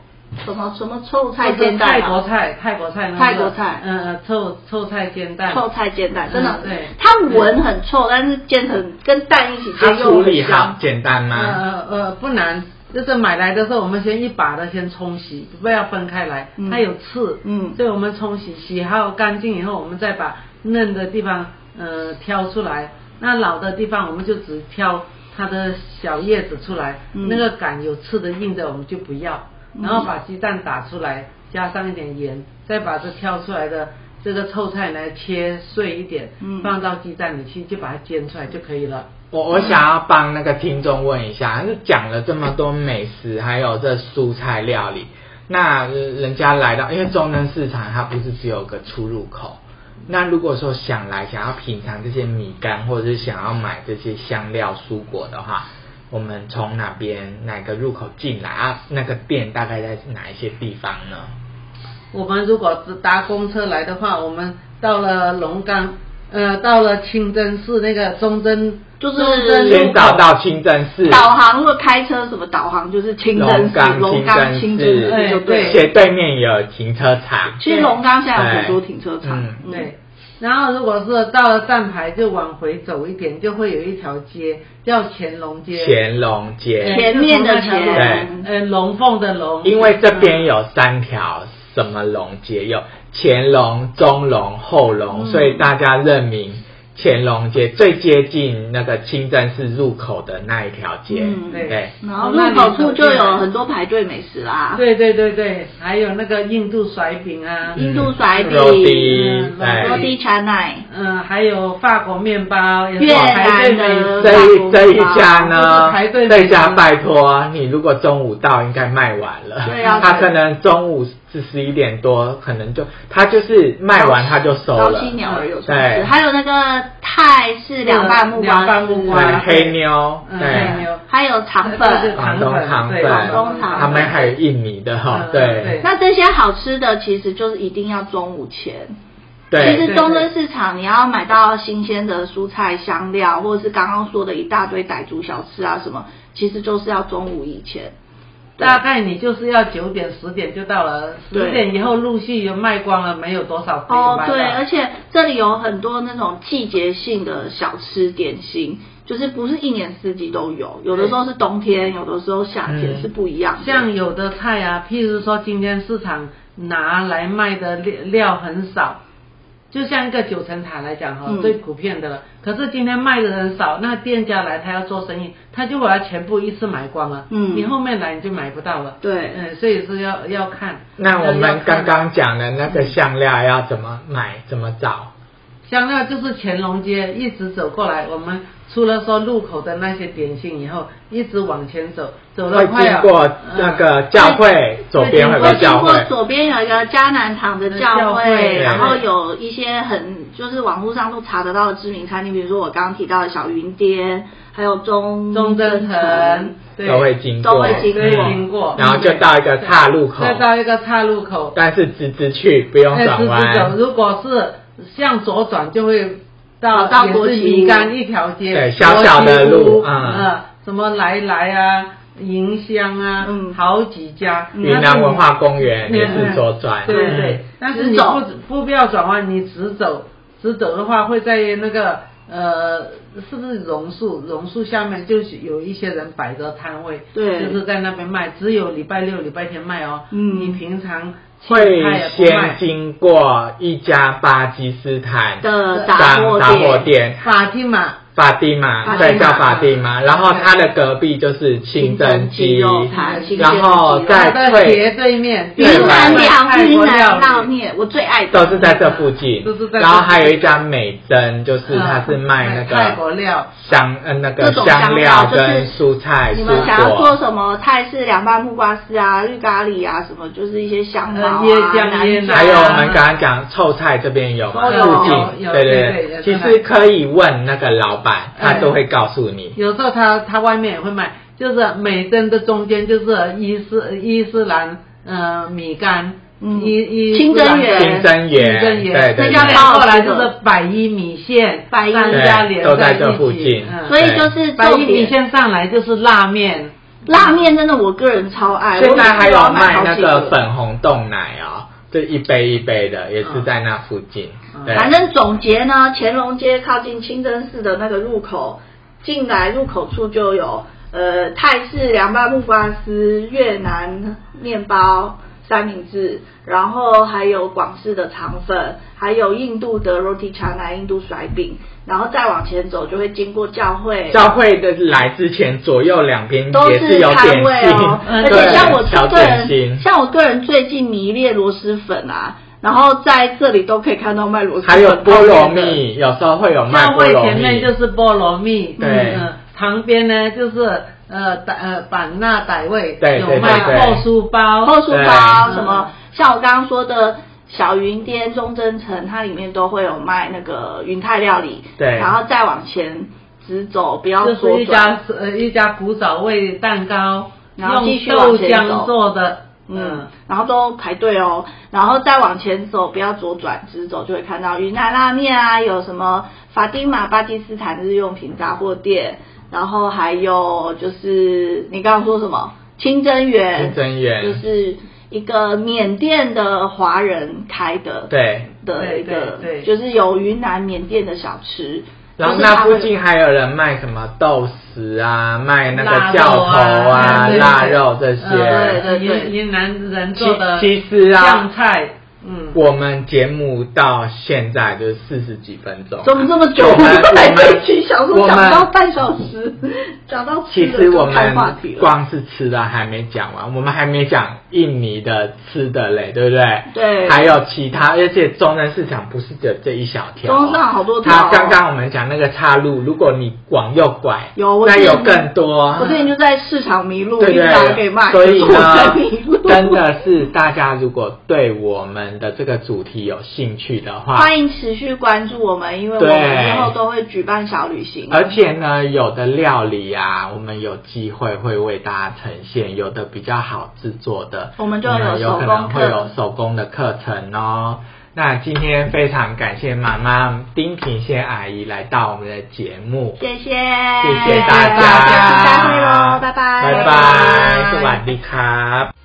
什么什么臭菜
或者
煎蛋、
哦
啊
泰国，菜，泰国菜那个，
泰国菜
嗯嗯，臭臭菜煎蛋，
臭菜煎蛋，真的，
嗯对
它闻很臭，但是煎成跟蛋一起
它
煎又
处理
很
好
香。
简单吗？
呃呃不难，就是买来的时候，我们先一把的先冲洗，不要分开来
嗯，
它有刺，
嗯
所以我们冲洗洗好干净以后，我们再把嫩的地方，呃，挑出来；那老的地方，我们就只挑它的小叶子出来，
嗯
那个杆有刺的、硬的，我们就不要。
嗯
然后把鸡蛋打出来，加上一点盐，再把这挑出来的这个臭菜来切碎一点，
嗯
放到鸡蛋里去，就把它煎出来就可以了。
我我想要帮那个听众问一下，就讲了这么多美食，还有这蔬菜料理，那呃人家来到，因为中正市场它不是只有个出入口，那如果说想来想要品尝这些米干，或者是想要买这些香料蔬果的话，我们从哪边哪个入口进来啊？那个店大概在哪一些地方呢？
我们如果只搭公车来的话，我们到了龙岗，呃，到了清真寺那个忠贞，
就是
忠贞路口
先找到清真寺，
导航如果开车什么导航就是清真
龙
寺、
岗
龙岗
清
清真
真
寺
寺
就
对
了。
斜对面也有停车场，
其实龙岗现在有很多
对
停车场
嗯，
嗯
对。然后如果是到了站牌，就往回走一点，就会有一条街叫乾隆街。
乾隆街，
前面的
就从那条
前
路呃，龙凤的龙。
因为这边有三条什么龙街，有乾隆、中隆、后隆，
嗯
所以大家认明乾隆街最接近那个清真寺入口的那一条街，
嗯
对。
然后入口处就有很多排队美食啦，
啊对对对对，还有那个印度甩饼
嗯
啊，
印度甩饼、
肉丁
嗯，
罗
对，
地茶奶，
嗯、还有法国面包，也是
越
排队美
南的
食
这一这一家
就是
呢
排，队
这一家拜托你，如果中午到，应该卖完了。
对啊
他
对
可能中午至十一点多，可能就他就是卖完他就收
早
了。
期鸟儿有什么吃？
对，
还有那个泰式凉拌木瓜丝，
凉拌木瓜
对黑妞，
嗯
对
黑。妞
还有肠
对对
粉。
广东肠粉
对广
东肠粉
他们还有印尼的哈
嗯，
对
那这些好吃的其实就是一定要中午前。其
对
实中正市场你要买到新鲜的蔬菜香料，或者是刚刚说的一大堆傣族小吃啊什么，其实就是要中午以前。
大概你就是要九点十点就到了，
对
十点以后陆续有卖光了，没有多少可以
哦，
卖了
对，而且这里有很多那种季节性的小吃点心，就是不是一年四季都有，有的时候是冬天，有的时候夏天
嗯
是不一样的。
像有的菜啊，譬如说今天市场拿来卖的料料很少，就像一个九层塔来讲哈、
嗯
最普遍的了。可是今天卖的人少，那店家来他要做生意，他就把它全部一次买光了，
嗯
你后面来你就买不到了。
对
嗯，所以是要要看。
那我
要
们
看
刚刚讲的那个香料要怎么买，怎么找？
香料就是乾隆街一直走过来，我们除了说路口的那些点心以后，一直往前走，走了
会
快
经
要呃
过那个教会，左边会有
我
个
经
教
过
会，
左边有一个迦南堂的
教
教
会
会，然后
对
有一些很就是网络上都查得到的知名餐厅，比如说我刚刚提到的小云巅，还有中
中
贞
正城，对
都会经过，
都会经
所以
嗯
经过，
然后就到一个岔路口，
再到一个岔路口，
但是直直去，不用
哎，
转
直直走。
弯。
如果是向左转，就会到
啊到国
也是
旗
米干一条街，
对小小的
国旗屋
路嗯
呃，什么来来啊，银香啊，
嗯
好几家。
嗯
云南文化公园也
嗯
是左转，
对
嗯
对，但是你
直
不
走
不不要转弯，你直走，直走的话会在那个呃，是不是榕树？榕树下面就是有一些人摆着摊位，
对
就是在那边卖，只有礼拜六、礼拜天卖哦。
嗯
你平常去
会
他也不
先
卖。
经过一家巴基斯坦
的
杂
杂货
杂货
店。
店，
法蒂玛，
法蒂玛，
法蒂玛
对，叫法蒂玛。
对
然后它的隔壁就是清真
鸡
鸡，
肉排，清
然
蒸
后
鸡肉
再
它的
对
斜对面，
对
云
对
南
对
料、
泰
云
国
南
料
料
理，
面，我最爱的
都是在这附近
都是在这附近。
然后还有一家美珍，就是它是卖那
嗯泰国
个
料，
香呃那
各
个
种
香料
就是
跟蔬菜
你
蔬
们想要做
果。
什么啊泰式凉拌木瓜丝啊、绿咖喱啊，什么就是一些香茅啊、
呃椰浆椰
南
奶
瓜
还有我们刚刚讲臭菜这边有嘛
哦有
附近，
有有
对
对
对
对
其
有
实可以问那个老板，他
哎
都会告诉你。
有时候他他外面也会卖，就是美珍的中间就是伊斯伊斯兰呃米干，
嗯
伊伊
清真
斯兰
园
清真园
清真园，
对对
那
对
家后来就是百依米线，
百依
三家
对
连
都在
一
这附
起
近
嗯
所以就是
百依
重
米
点
线上来就是拉面，
拉面真的我个人超爱，
现在还有
我每次
卖
都要
那
好几
个粉红冻奶哦，就一杯一杯的，也是在那附近。
嗯
对。
反正总结呢，乾隆街靠近清真寺的那个入口，进来入口处就有呃泰式凉拌木瓜丝、越南面包、三明治，然后还有广式的肠粉，还有印度的 roti chana 印度甩饼，然后再往前走就会经过教会，
教会的来之前左右两边
都
也有
摊
点
位
心，
哦，而
嗯
且
对
像我
小
个
点心
人，，像我个人最近迷恋螺蛳粉啊，然后在这里都可以看到卖螺蛳粉，
还有菠萝，蜜，有时候会有卖
教
菠
会
萝
前面就
蜜，
是菠萝蜜，
对
嗯呃旁边呢就是呃板呃板纳傣味，
对
有
对
卖
对对
厚酥包，
厚酥
对
包
嗯
什么，像我刚刚说的。小云店、中正城，它里面都会有卖那个云泰料理。
对
然后再往前直走，不要
就
左
是一
转。
家呃一家古早味蛋糕，
然后继
用
续往
豆
前
浆
走
做的，
嗯
嗯，，
然后都排队哦，然后再往前走，不要左转，直走就会看到云南拉面啊，有什么法丁玛巴基斯坦日用品杂货店，然后还有就是你刚刚说什么清真园，
清真园
就是一个缅甸的华人开的，
对。
的一个，
对对对
就是有云南、缅甸的小吃，
然后
就是它
那
会
附近还有人卖什么豆豉啊，卖
嗯
那
腊
个
肉
教头
啊，
啊、
对
腊肉这
嗯对
些。
对
对对
云云南人做的
其其实啊
酱菜，嗯，
我们节目到现在就是四十几分钟，
怎么这么久？
我们
才
我们
一起想
我们
说讲到半小时， 讲到吃
其
的
实
就
我
开
们
话题了。
光是吃的还没讲完，我们还没讲印尼的吃的嘞，对不对？
对
还有其他，而且中山市场不是只有这一小条哦，
中山好多条
它
哦
刚刚我们讲那个岔路，如果你往右拐，
有我
那
之前
有更多。
我最近就在市场迷路，
对
一直打给
对，
麦，
所以
我在迷
呢
路，，
真的是大家如果对我们的这个主题有兴趣的话，
欢迎持续关注我们，因为我们
对
之后都会举办小旅行。
而且呢，有的料理啊，我们有机会会为大家呈现；有的比较好制作的，嗯
我们就有
有
手
可
工
能
课
会有手工的课程哦。那今天非常感谢妈妈丁品仙阿姨来到我们的节目，
谢谢，谢
谢谢
谢
大家，
下次再会喽，拜拜，
拜拜，สวัสดีครับ